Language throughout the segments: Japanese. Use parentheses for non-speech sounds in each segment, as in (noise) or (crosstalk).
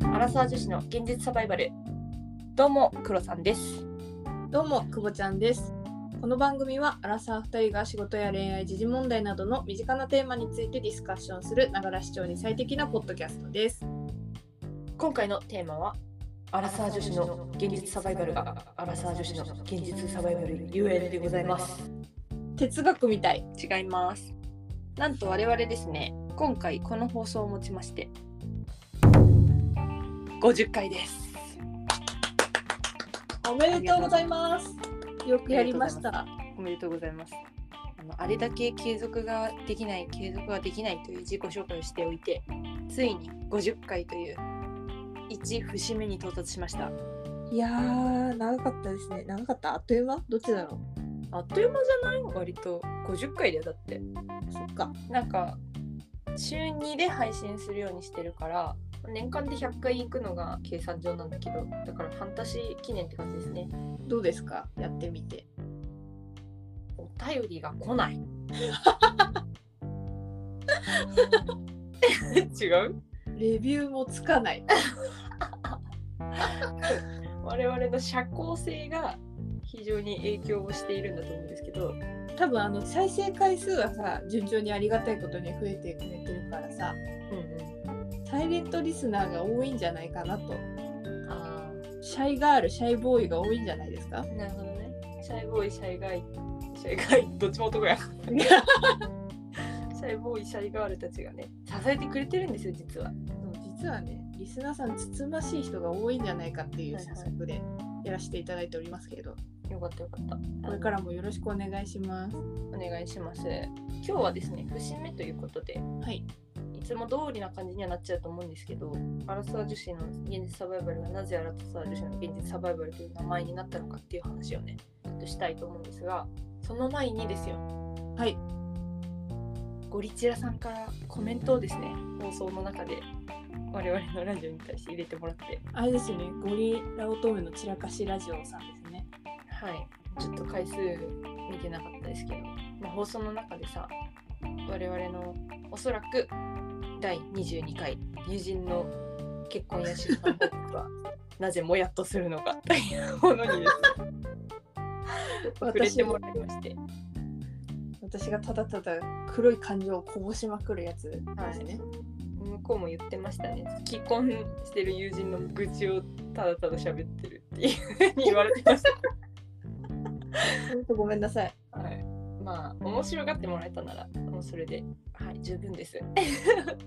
ラサー女子の現実サバイバルどうもクロさんですどうも、くぼちゃんです。この番組は、アラサー2人が仕事や恋愛、時事問題などの身近なテーマについてディスカッションする、ながら視聴に最適なポッドキャストです。今回のテーマはアラサー女子の現実サバイバルがアラサー女子の現実サバイバルゆえんでございます哲学みたい。違いますなんと我々ですね今回この放送をもちまして50回ですおめでとうございます。よくやりました。おめでとうございますあのあれだけ継続ができない継続ができないという自己紹介をしておいてついに50回という一節目に到達しましたいやー、長かったですね。長かったあっという間どっちだろあっという間じゃない割と50回だよだってうそっか。なんか週2で配信するようにしてるから年間で100回行くのが計算上なんだけどだから半年記念って感じですねどうですかやってみて。お便りが来ない (laughs) 違うレビューもつかない。我々の社交性が非常に影響をしているんだと思うんですけど (laughs) 多分あの再生回数はさ順調にありがたいことに増えてくれてるからさうんサイレントリスナーが多いんじゃないかなとうんあシャイガール、シャイボーイが多いんじゃないです (laughs) かあなるほどねシャイボーイシャイガイシャイガイどっちも男やシャイボーイシャイガールたちがね支えてくれてるんですよ実は実はね、リスナーさん、つつましい人が多いんじゃないかっていうはいはい施策でやらせていただいておりますけれど、よかったよかったこれからもよろしくお願いします。お願いします今日はですね節目ということではい。いつも通りな感じにはなっちゃうと思うんですけどアラサー女子の現実サバイバルがなぜアラサー女子の現実サバイバルという名前になったのかっていう話をねちょっとしたいと思うんですがその前にですよはい。ゴリチラさんからコメントをですね放送の中で我々のラジオに対して入れてもらってあれですよね、ゴリラ乙女の散らかしラジオさんですね。はいちょっと回数見てなかったですけど、まあ、放送の中でさ我々のおそらく第22回友人の結婚や出産報告 (laughs) はなぜもやっとするのかというものにですねちょっと触れてもらいまして、私がただただ黒い感情をこぼしまくるやつではすいね。、向こうも言ってましたね既婚してる友人の愚痴をただただ喋ってるっていうふうに言われてましたほんとごめんなさい。 (laughs) はい、まあ面白がってもらえたならもうそれではい十分です。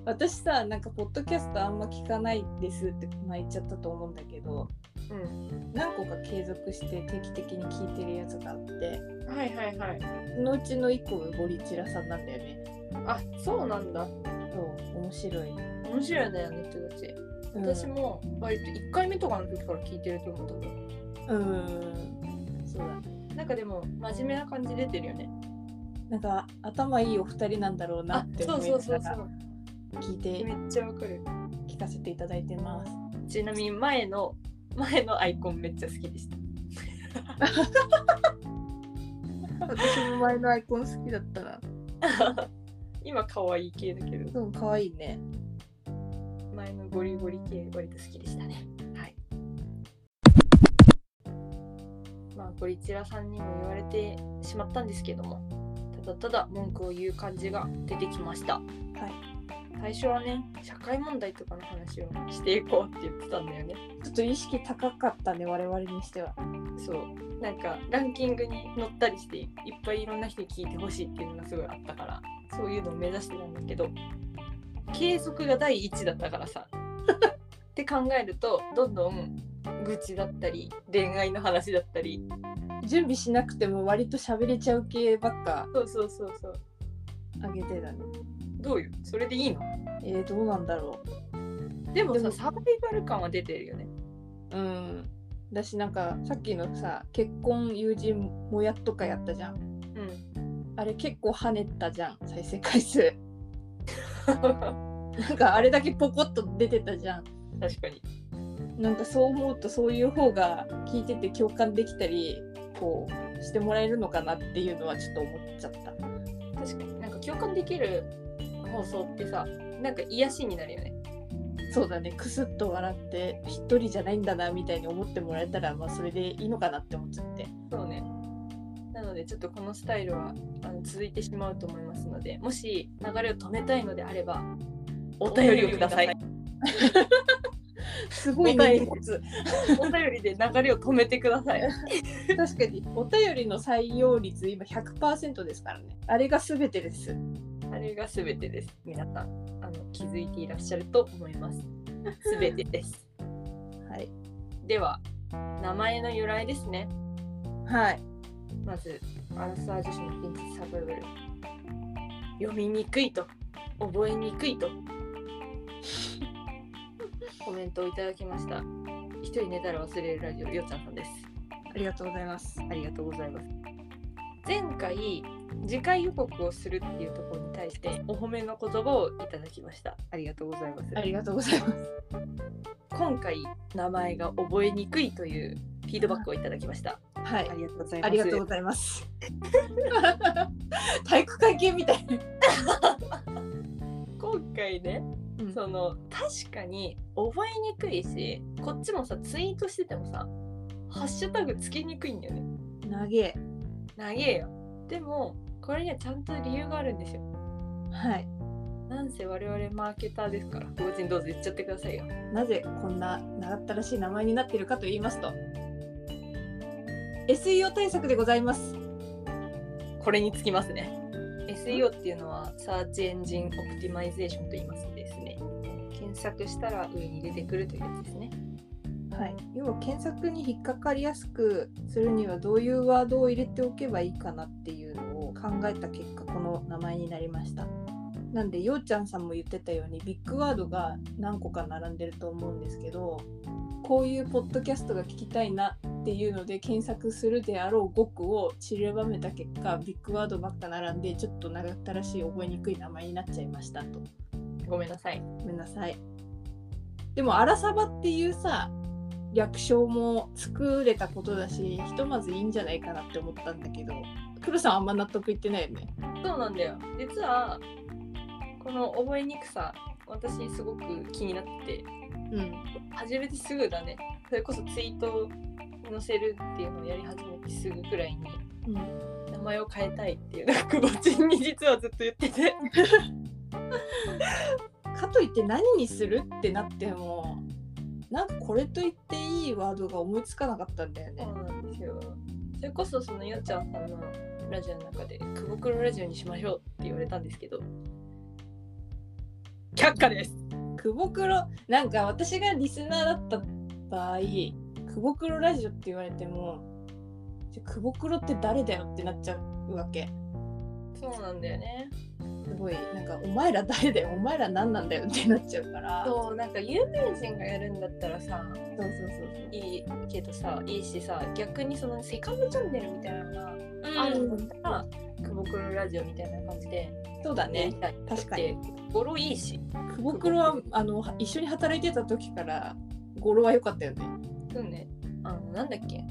私さ、なんか、ポッドキャストあんま聞かないですって前言っちゃったと思うんだけど、うん、何個か継続して定期的に聞いてるやつがあって、はいはいはい。そのうちの1個がゴリチラさんなんだよね。あそうなんだ。そう、面白い。面白いねあの人たち。私も割と1回目とかの時から聞いてると思う多分。うん、うん、そうだね。なんかでも真面目な感じ出てるよね。なんか頭いいお二人なんだろうなあってそ思ういそうそなうそがらう。聞いめてっちゃわかる。聞かせていただいてます。ちなみに前の前のアイコンめっちゃ好きでした。私も前のアイコン好きだったな。今可愛い系だけどでも可愛いね。前のゴリゴリ系割と好きでしたねはいまあゴリチラさんにも言われてしまったんですけどもただただ文句を言う感じが出てきましたはい最初はね社会問題とかの話をしていこうって言ってたんだよねちょっと意識高かったね我々にしては。そうなんかランキングに載ったりしていっぱいいろんな人に聞いてほしいっていうのがすごいあったからそういうのを目指してたんだけど継続が第一だったからさって考えるとどんどん愚痴だったり恋愛の話だったり準備しなくても割と喋れちゃう系ばっかそうそうそうそうあげてたね。どうよそれでいいのえー、どうなんだろでもさでもサバイバル感は出てるよねう。うん。だしなんかさっきのさ結婚友人もやっとかやったじゃん。 (laughs) うんあれ結構跳ねたじゃん再生回数。 (laughs) なんかあれだけポコッと出てたじゃん。確かになんかそう思うとそういう方が聞いてて共感できたりこうしてもらえるのかなっていうのはちょっと思っちゃった。確かになんか共感できる放送ってさなんか癒しになるよねそうだねクスッと笑って一人じゃないんだなみたいに思ってもらえたらまあそれでいいのかなって思っちゃってそうね。なのでちょっとこのスタイルはあの続いてしまうと思いますのでもし流れを止めたいのであればお便りをください。すおごい便ねりお便りで流れを止めてください。確かにお便りの採用率今100%ですからねあれが全てですあれが全てです。皆さんあの気づいていらっしゃると思います。全てです。はいでは名前の由来ですね。はいまずアラサー女子のピンチサバイバル読みにくいと覚えにくいと (laughs) コメントをいただきました一人寝たら忘れるラジオよっちゃんさんですありがとうございますありがとうございます前回次回予告をするっていうところに対してお褒めの言葉をいただきましたありがとうございますありがとうございます今回名前が覚えにくいというフィードバックをいただきましたはあいりがとうございますありがとうございます (laughs) 体育会系みたいな、今回ねうんその確かに覚えにくいしこっちもさツイートしててもさハッシュタグつけにくいんだよね長え長えよでもこれにはちゃんと理由があるんですよはいなんせ我々マーケターですから個人どうぞ言っちゃってくださいよなぜこんな長ったらしい名前になっているかと言いますと SEO 対策でございますこれにつきますね SEO っていうのはサーチエンジンオプティマイゼーションと言いますんでですね検索したら上に出てくるというやつですねはい、要は検索に引っかかりやすくするにはどういうワードを入れておけばいいかなっていうのを考えた結果この名前になりましたなんでようちゃんさんも言ってたようにビッグワードが何個か並んでると思うんですけどこういうポッドキャストが聞きたいなっていうので検索するであろう語句を散りばめた結果ビッグワードばっか並んでちょっと長ったらしい覚えにくい名前になっちゃいましたとごめんなさいごめんなさい。でも、アラサバっていうさ、略称も作れたことだし、ひとまずいいんじゃないかなって思ったんだけど、黒さんあんま納得いってないよね。そうなんだよ実はこの覚えにくさ私すごく気になっててうん。始めてすぐだねそれこそツイートに載せるっていうのをやり始めてすぐくらいにうん、名前を変えたいっていうなんかどっちに実はずっと言っててかといって何にするってなっても、なんかこれと言っていいワードが思いつかなかったんだよそねう。なんですよそれこそそのよっちゃんさんのラジオの中で「久保黒ラジオにしましょう」って言われたんですけど却下です久保黒、なんか私がリスナーだった場合、久保黒ラジオって言われても、じゃ久保黒って誰だよってなっちゃうわけ。そうなんだよねすごいなんか「お前ら誰だよお前ら何なんだよ」ってなっちゃうからそうなんか有名人がやるんだったらさそうそうそういいけどさいいしさ逆にそのセカンドチャンネルみたいなのがそうあるんだったら「久保黒ラジオ」みたいな感じでそうだやねりたい確かに語呂いいし久保黒はあの一緒に働いてた時から語呂は良かったよね (laughs) そうねあのなんだっけ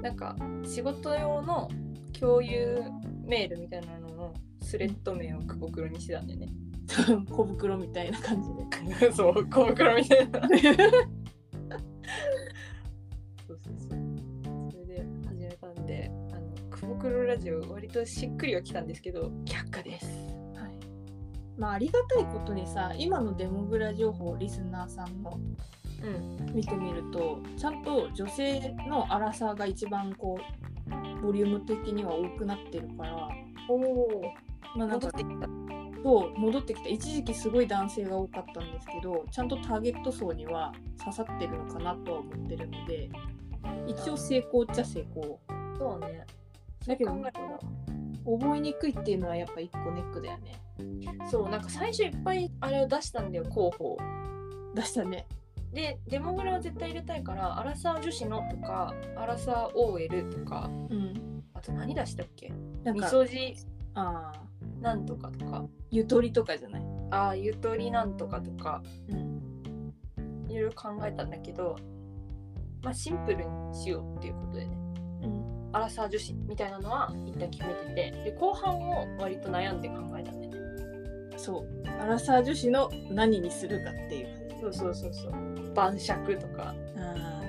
なんか仕事用の共有メールみたいなののスレッド名を久保黒にしてたんだよね小袋みたいな感じ (laughs) そう久保黒みたいなでそうそうそうそれで始めたんであの久保黒ラジオ割としっくりはきたんですけど却下ですはいまあありがたいことにさ今のデモグラ情報をリスナーさんもうん見てみるとちゃんと女性のアラサーが一番こうボリューム的には多くなってるからおおまあなん戻かってきたそう戻ってきた一時期すごい男性が多かったんですけどちゃんとターゲット層には刺さってるのかなとは思ってるので一応成功っちゃ成功そうねだけど考えたら覚えにくいっていうのはやっぱ一個ネックだよねそうなんか最初いっぱいあれを出したんだよ候補を出したねでデモグラは絶対入れたいからアラサー女子のとかアラサー OL とかうんあと何出したっけなんみかそじあーなんとかとかゆとりとかじゃない、ああゆとりなんとかとかうん、いろいろ考えたんだけどまあシンプルにしようっていうことでねアラサー女子みたいなのは一旦決めててで後半を割と悩んで考えたんだよねそうアラサー女子の何にするかっていう感じそうそうそうそう晩酌とかあ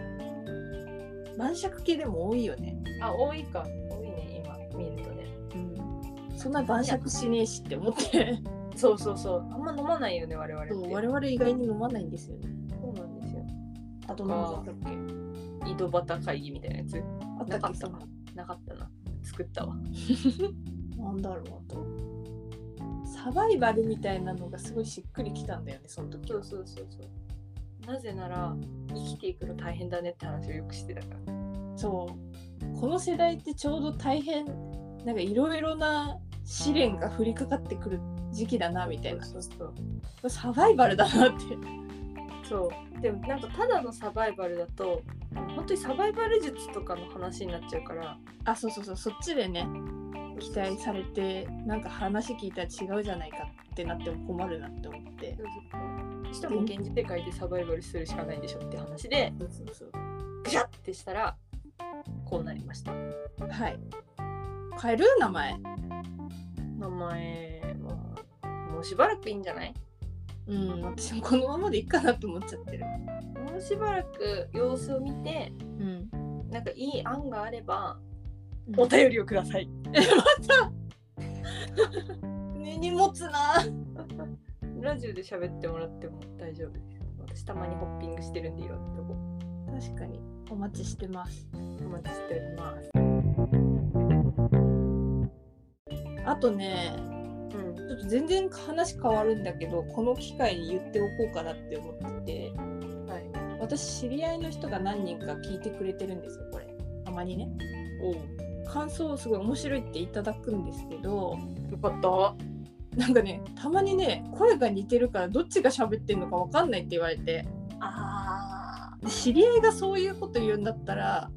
ー晩酌系でも多いよね、あ多いか多いね今見るとねうん、そんな晩酌しねえしって思ってそうそうそうあんま飲まないよね我々ってそう我々意外に飲まないんですよねそうなんですよあと何だったっけ井戸端会議みたいなやつあったっけそんななかなかったな作ったわなんだろうあとサバイバルみたいなのがすごいしっくりきたんだよねその時そはうそうそうそうなぜなら生きていくの大変だねって話をよくしてたからそうこの世代ってちょうど大変なんかいろいろな試練が降りかかってくる時期だなみたいなそうそうそうサバイバルだなってそうでもなんかただのサバイバルだと本当にサバイバル術とかの話になっちゃうからあそうそうそうそっちでね期待されてなんか話聞いたら違うじゃないかってなっても困るなって思ってそうそうそうしても現実世界でサバイバルするしかないでしょって話でそうそうそうぐしゃってしたらこうなりましたはい変える名前名前はもうしばらくいいんじゃないうん私もこのままでいいかなって思っちゃってるもうしばらく様子を見てうんなんかいい案があればおお便り便りをください根に持つなラジオで喋ってもらっても大丈夫です私たまにホッピングしてるんでいろんなとこ確かにお待ちしてますお待ちしておりますあとねうんちょっと全然話変わるんだけどこの機会に言っておこうかなって思っててはい私知り合いの人が何人か聞いてくれてるんですよこれたまにねおう感想をすごい面白いっていただくんですけどよかっなんかねたまにね声が似てるからどっちが喋ってんのか分かんないって言われてたあで知り合いがそういうこと言うんだったら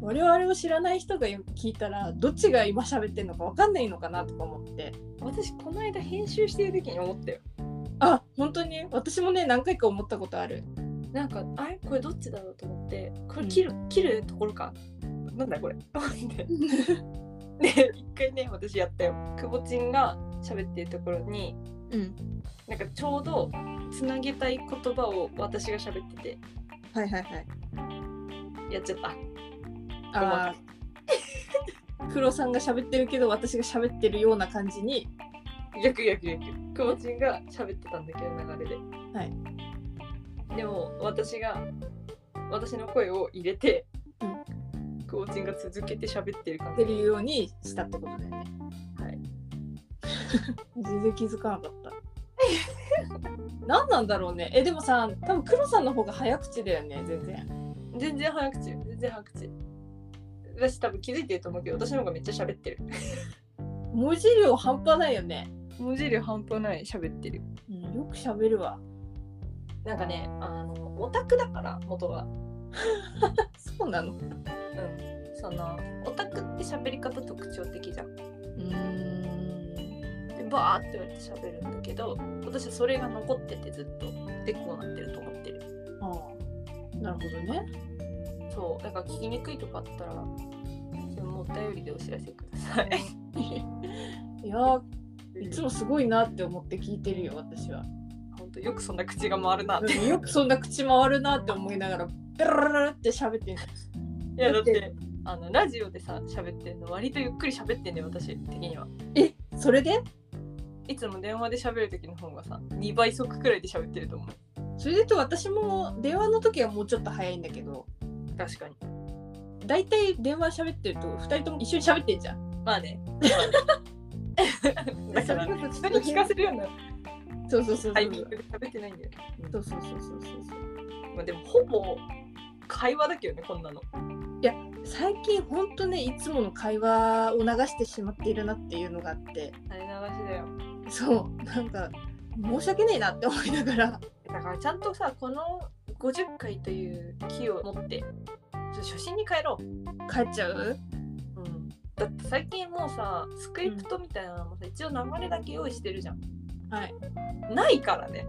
我々を知らない人が聞いたらどっちが今喋ってんのか分かんないのかなとか思って私この間編集してる時に思ったよあ本当に私もね何回か思ったことあるなんかあれこれどっちだろうと思ってこれ切る、切るところかなんだこれと思ってで一回ね私やったよくぼちんが喋ってるところにうんなんかちょうどつなげたい言葉を私が喋っててはいはいはいやっちゃったあー黒さんが喋ってるけど私が喋ってるような感じに逆逆逆くぼちんが喋ってたんだけど流れでははいでも私が私の声を入れて、うくぼちんが続けて喋ってる感出じるようにしたってことだよねはい (laughs) 全然気づかなかった何なんだろうねえでもさ多分黒さんの方が早口だよね全然全然早口全然早口私多分気づいてると思うけど私の方がめっちゃ喋ってる文字量半端ないよね、文字量半端ない喋ってるよく喋るわなんかねあのオタクだから元がそうなのううんそのオタクって喋り方特徴的じゃんーんでバーって言われて喋るんだけど私はそれが残っててずっとでこうなってると思ってるああなるほどねそうだから聞きにくいとかあったらそれもお便りでお知らせくださいいやーいいつつももすごいなって思って聞いてるよ私は本当よくそんな口が回るなっていよくそんな口回るなって思いながらベラララって喋ってんのやだってあのラジオでさ喋ってんの割とゆっくり喋ってんね私的にはえそれでいつも電話で喋る時の方がさ2倍速くらいで喋ってると思うそれで言うと私も電話の時はもうちょっと早いんだけど確かに大体電話喋ってると2人とも一緒に喋ってんじゃんまあね (laughs) だからねそ人れこにそ聞ちょかっとせるようなそうそうそうタそイミングうで喋ってないんだよねそうそうそうそうそうまあ、でもほぼ会話だけどねこんなの最近ほんとねいつもの会話を流してしまっているなっていうのがあって垂れ流しだよそうなんか申し訳ねえなって思いながら (laughs) だからちゃんとさこの50回という木を持ってちょっと初心に帰ろう、帰っちゃううん、だって最近もうさスクリプトみたいなのもさ、一応流れだけ用意してるじゃんはいないからね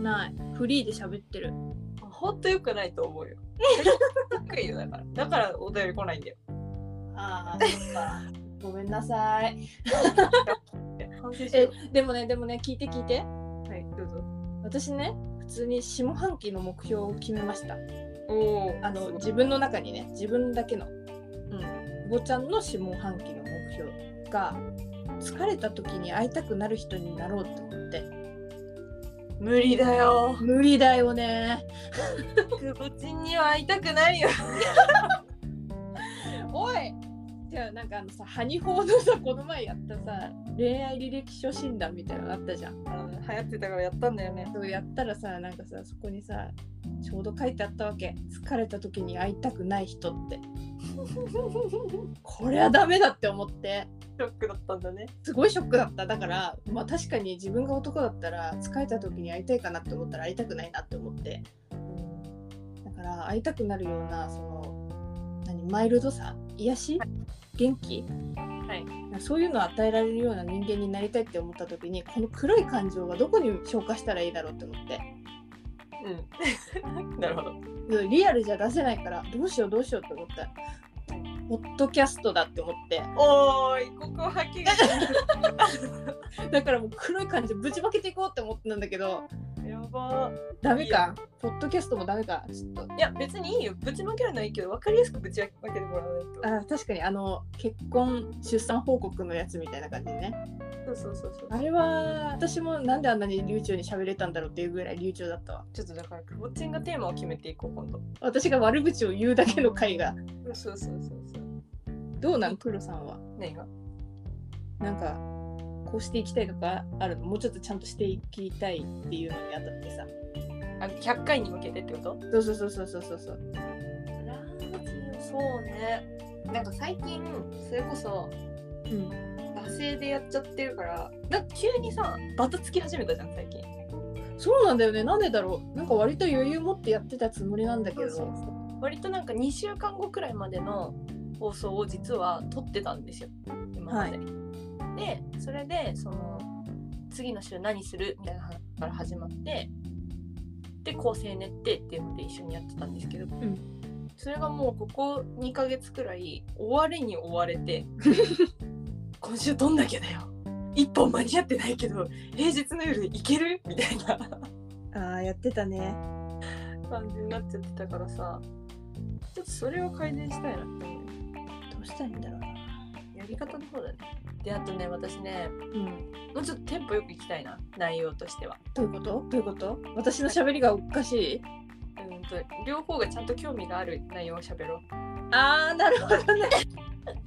ないフリーで喋ってるほんとよくないと思う (laughs) よ低いよだからだからお便り来ないんだよああそっかごめんなさい反省しえよでもねでもね聞いて聞いてうはいどうぞ私ね普通に下半期の目標を決めましたおーすあのごい自分の中にね自分だけのうんぼちゃんの下半期の目標が疲れた時に会いたくなる人になろうと思って無理だ (laughs) よ。無理だよねくぼちんには会いたくないよ。おいじゃあなんかあのさハニホーのさこの前やったさ恋愛履歴書診断みたいなのあったじゃんあの流行ってたからやったんだよね。そうやったらさなんかさそこにさちょうど書いてあったわけ疲れた時に会いたくない人 (laughs) ってこれはダメだって思ってショックだったんだね。すごいショックだっただからまあ確かに自分が男だったら疲れた時に会いたいかなって思ったら会いたくないなって思ってだから会いたくなるようなその何マイルドさ癒し元気、はいそういうのを与えられるような人間になりたいって思った時にこの黒い感情がどこに消化したらいいだろうって思ってうん。なるほど。リアルじゃ出せないからどうしようどうしようって思ったポッドキャストだって思っておーい、ここはきが。だからもう黒い感じでぶちまけていこうって思ってたんだけどやばダメかポッドキャストもダメかちょっとー。いや、別にいいよ。ぶちまけるのはいいけど、わかりやすくぶちまけてもらわないと。あ確かにあの結婚出産報告のやつみたいな感じでねそうそうそうそうあ。れは私もなんであんなに流暢に喋れたんだろうっていうぐらい流暢だったわちょっとだから、くぼちんがテーマを決めていこう、今度。私が悪口を言うだけの回がそうそうそうそう。どうなん黒さんは何がなんかこうしていきたいとかあるのもうちょっとちゃんとしていきたいっていうのにあたってさあ、100回に向けてってことそうそうそうそうそうそうそうラジオ、そうね。なんか最近、それこそ、うん惰性でやっちゃってるから、だって急にさ、バタつき始めたじゃん、最近。そうなんだよねなんでだろうなんか割と余裕持ってやってたつもりなんだけど割となんか2週間後くらいまでの放送を実は撮ってたんですよ今まで。でそれでその次の週何するみたいな話から始まってで構成練ってっていうので一緒にやってたんですけど、んそれがもうここ2ヶ月くらい終われに追われて (laughs) 今週どんだけだよ一本間に合ってないけど平日の夜行けるみたいな。ああやってたね感じになっちゃってたからさちょっとそれを改善したいなって思うどうしたらいいんだろうなやり方の方だねであとね私ねうんもうちょっとテンポよくいきたいな内容としてはどういうことどういうこと私の喋りがおかしいうんと両方がちゃんと興味がある内容を喋ろうあーなるほどね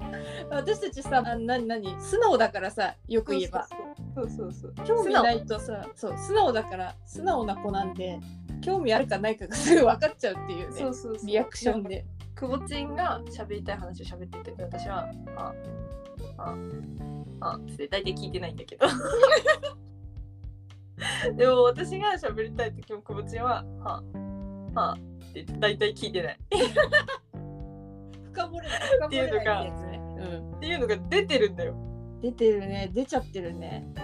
(laughs) 私たちさあな何素直だからさよく言えばそうそうそう興味ないとさそう素直だから素直な子なんで興味あるかないかがすぐ分かっちゃうっていうねそうそうそうリアクションでくぼちんが喋りたい話を喋ってて私はあああって大体聞いてないんだけ (laughs) どでも私が喋りたい時もくぼちんはああって大体聞いてない深掘れない深っ掘ていうれのがないやつね、っていうのが出てるんだようん、出てるね出ちゃってるねだ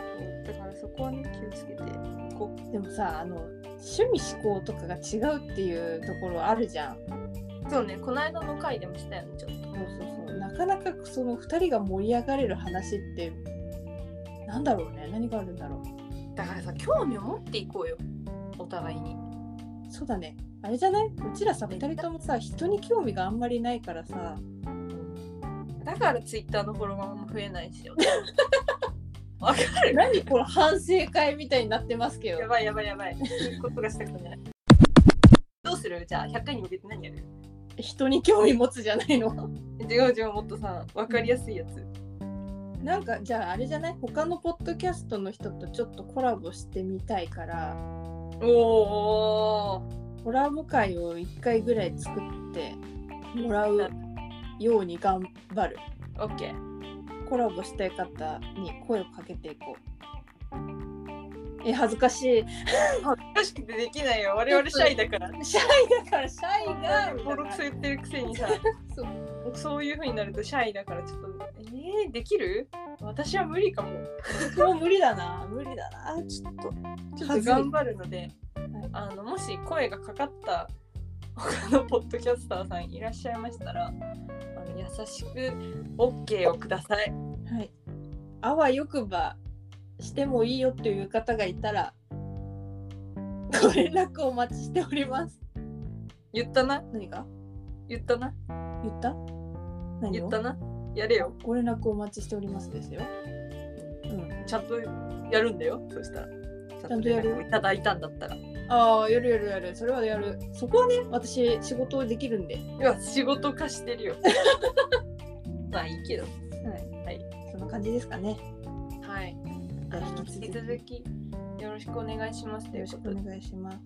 からそこはね気をつけてこでもさあの趣味思考とかが違うっていうところあるじゃんそうねこの間の回でもしたよねちょっとそうそうそうなかなかその2人が盛り上がれる話ってなんだろうね何があるんだろだからさ興味を持っていこうよお互いにうそうだねあれじゃないうちらさ2人ともさ人に興味があんまりないからさだからツイッターのフォロワーも増えないしよ (laughs) わかる何この反省会みたいになってますけどやばいやばいやばいそういうことがしたくないどうするじゃあ100回に向けて何やる人に興味持つじゃないの違う違うもっとさわかりやすいやつなんかじゃああれじゃない他のポッドキャストの人とちょっとコラボしてみたいからおおコラボ会を1回ぐらい作ってもらうように頑張るオッケーコラボしたい方に声をかけていこう。え、恥ずかしい。楽しくてできないよ我々シャイだからシャイだから、シャイが。ボロクソ言ってるくせにさそうそういう風になるとシャイだからちょっとえー、できる私は無理かももう無理だな、無理だな、ちょっと。ちょっ恥とずい頑張るので、あのもし声がかかった他のポッドキャスターさんいらっしゃいましたらあの優しく OK をくださいはい。あわよくばしてもいいよっていう方がいたら、ご連絡お待ちしております。言ったな何が言ったな言った何を言ったなやれよご連絡お待ちしておりますですよ。うん、ちゃんとやるんだよそしたらちゃんとやるよいただいたんだったらああ、やるやるやる。それはやる。そこはね、私、仕事できるんで。いや仕事化して (laughs) るよまあいいけどはい。はいそんな感じですかね。はいじゃあ引き引続ききよ続きよろしくお願いしますといろうしこくとおで願いします。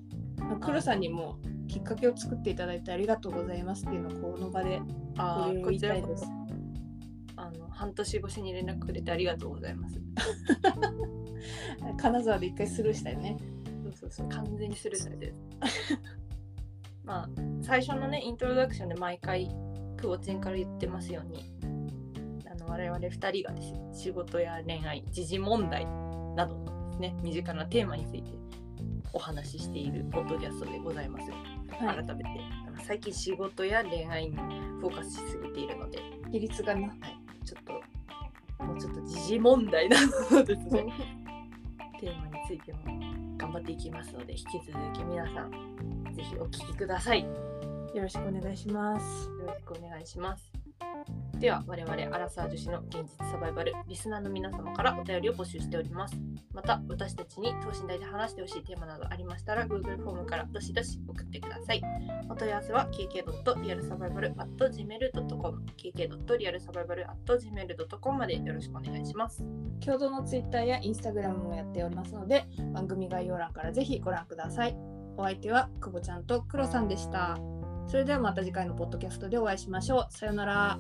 黒さんにもきっかけを作っていただいてありがとうございますっていうのをこの場であおー礼をこ言いちたらいこですそ。あの半年越しに連絡くれてありがとうございます金沢で一回スルーしたよね。そうそうそう完全にスルーされてる (laughs) まあ最初のねイントロダクションで毎回クオチンから言ってますようにあの我々2人がですね仕事や恋愛時事問題などのですね身近なテーマについてお話ししているポッドキャストでございます、は改めてあの最近仕事や恋愛にフォーカスしすぎているのでい。比率がな。ちょっともうちょっと時事問題などのです (laughs) ねテーマについても頑張っていきますので引き続き皆さんぜひお聞きくださいよよろしくお願いします。ろしくお願いしますでは我々アラサー女子の現実サバイバルリスナーの皆様からお便りを募集しておりますまた私たちに等身大で話してほしいテーマなどありましたら Google フォームからどしどし送ってくださいお問い合わせは kk.realsurvival.gmail.com kk.realsurvival.gmail.com までよろしくお願いします共同のツイッターやインスタグラムもやっておりますので、番組概要欄からぜひご覧ください。お相手は久保ちゃんとクロさんでした。それではまた次回のポッドキャストでお会いしましょう。さようなら。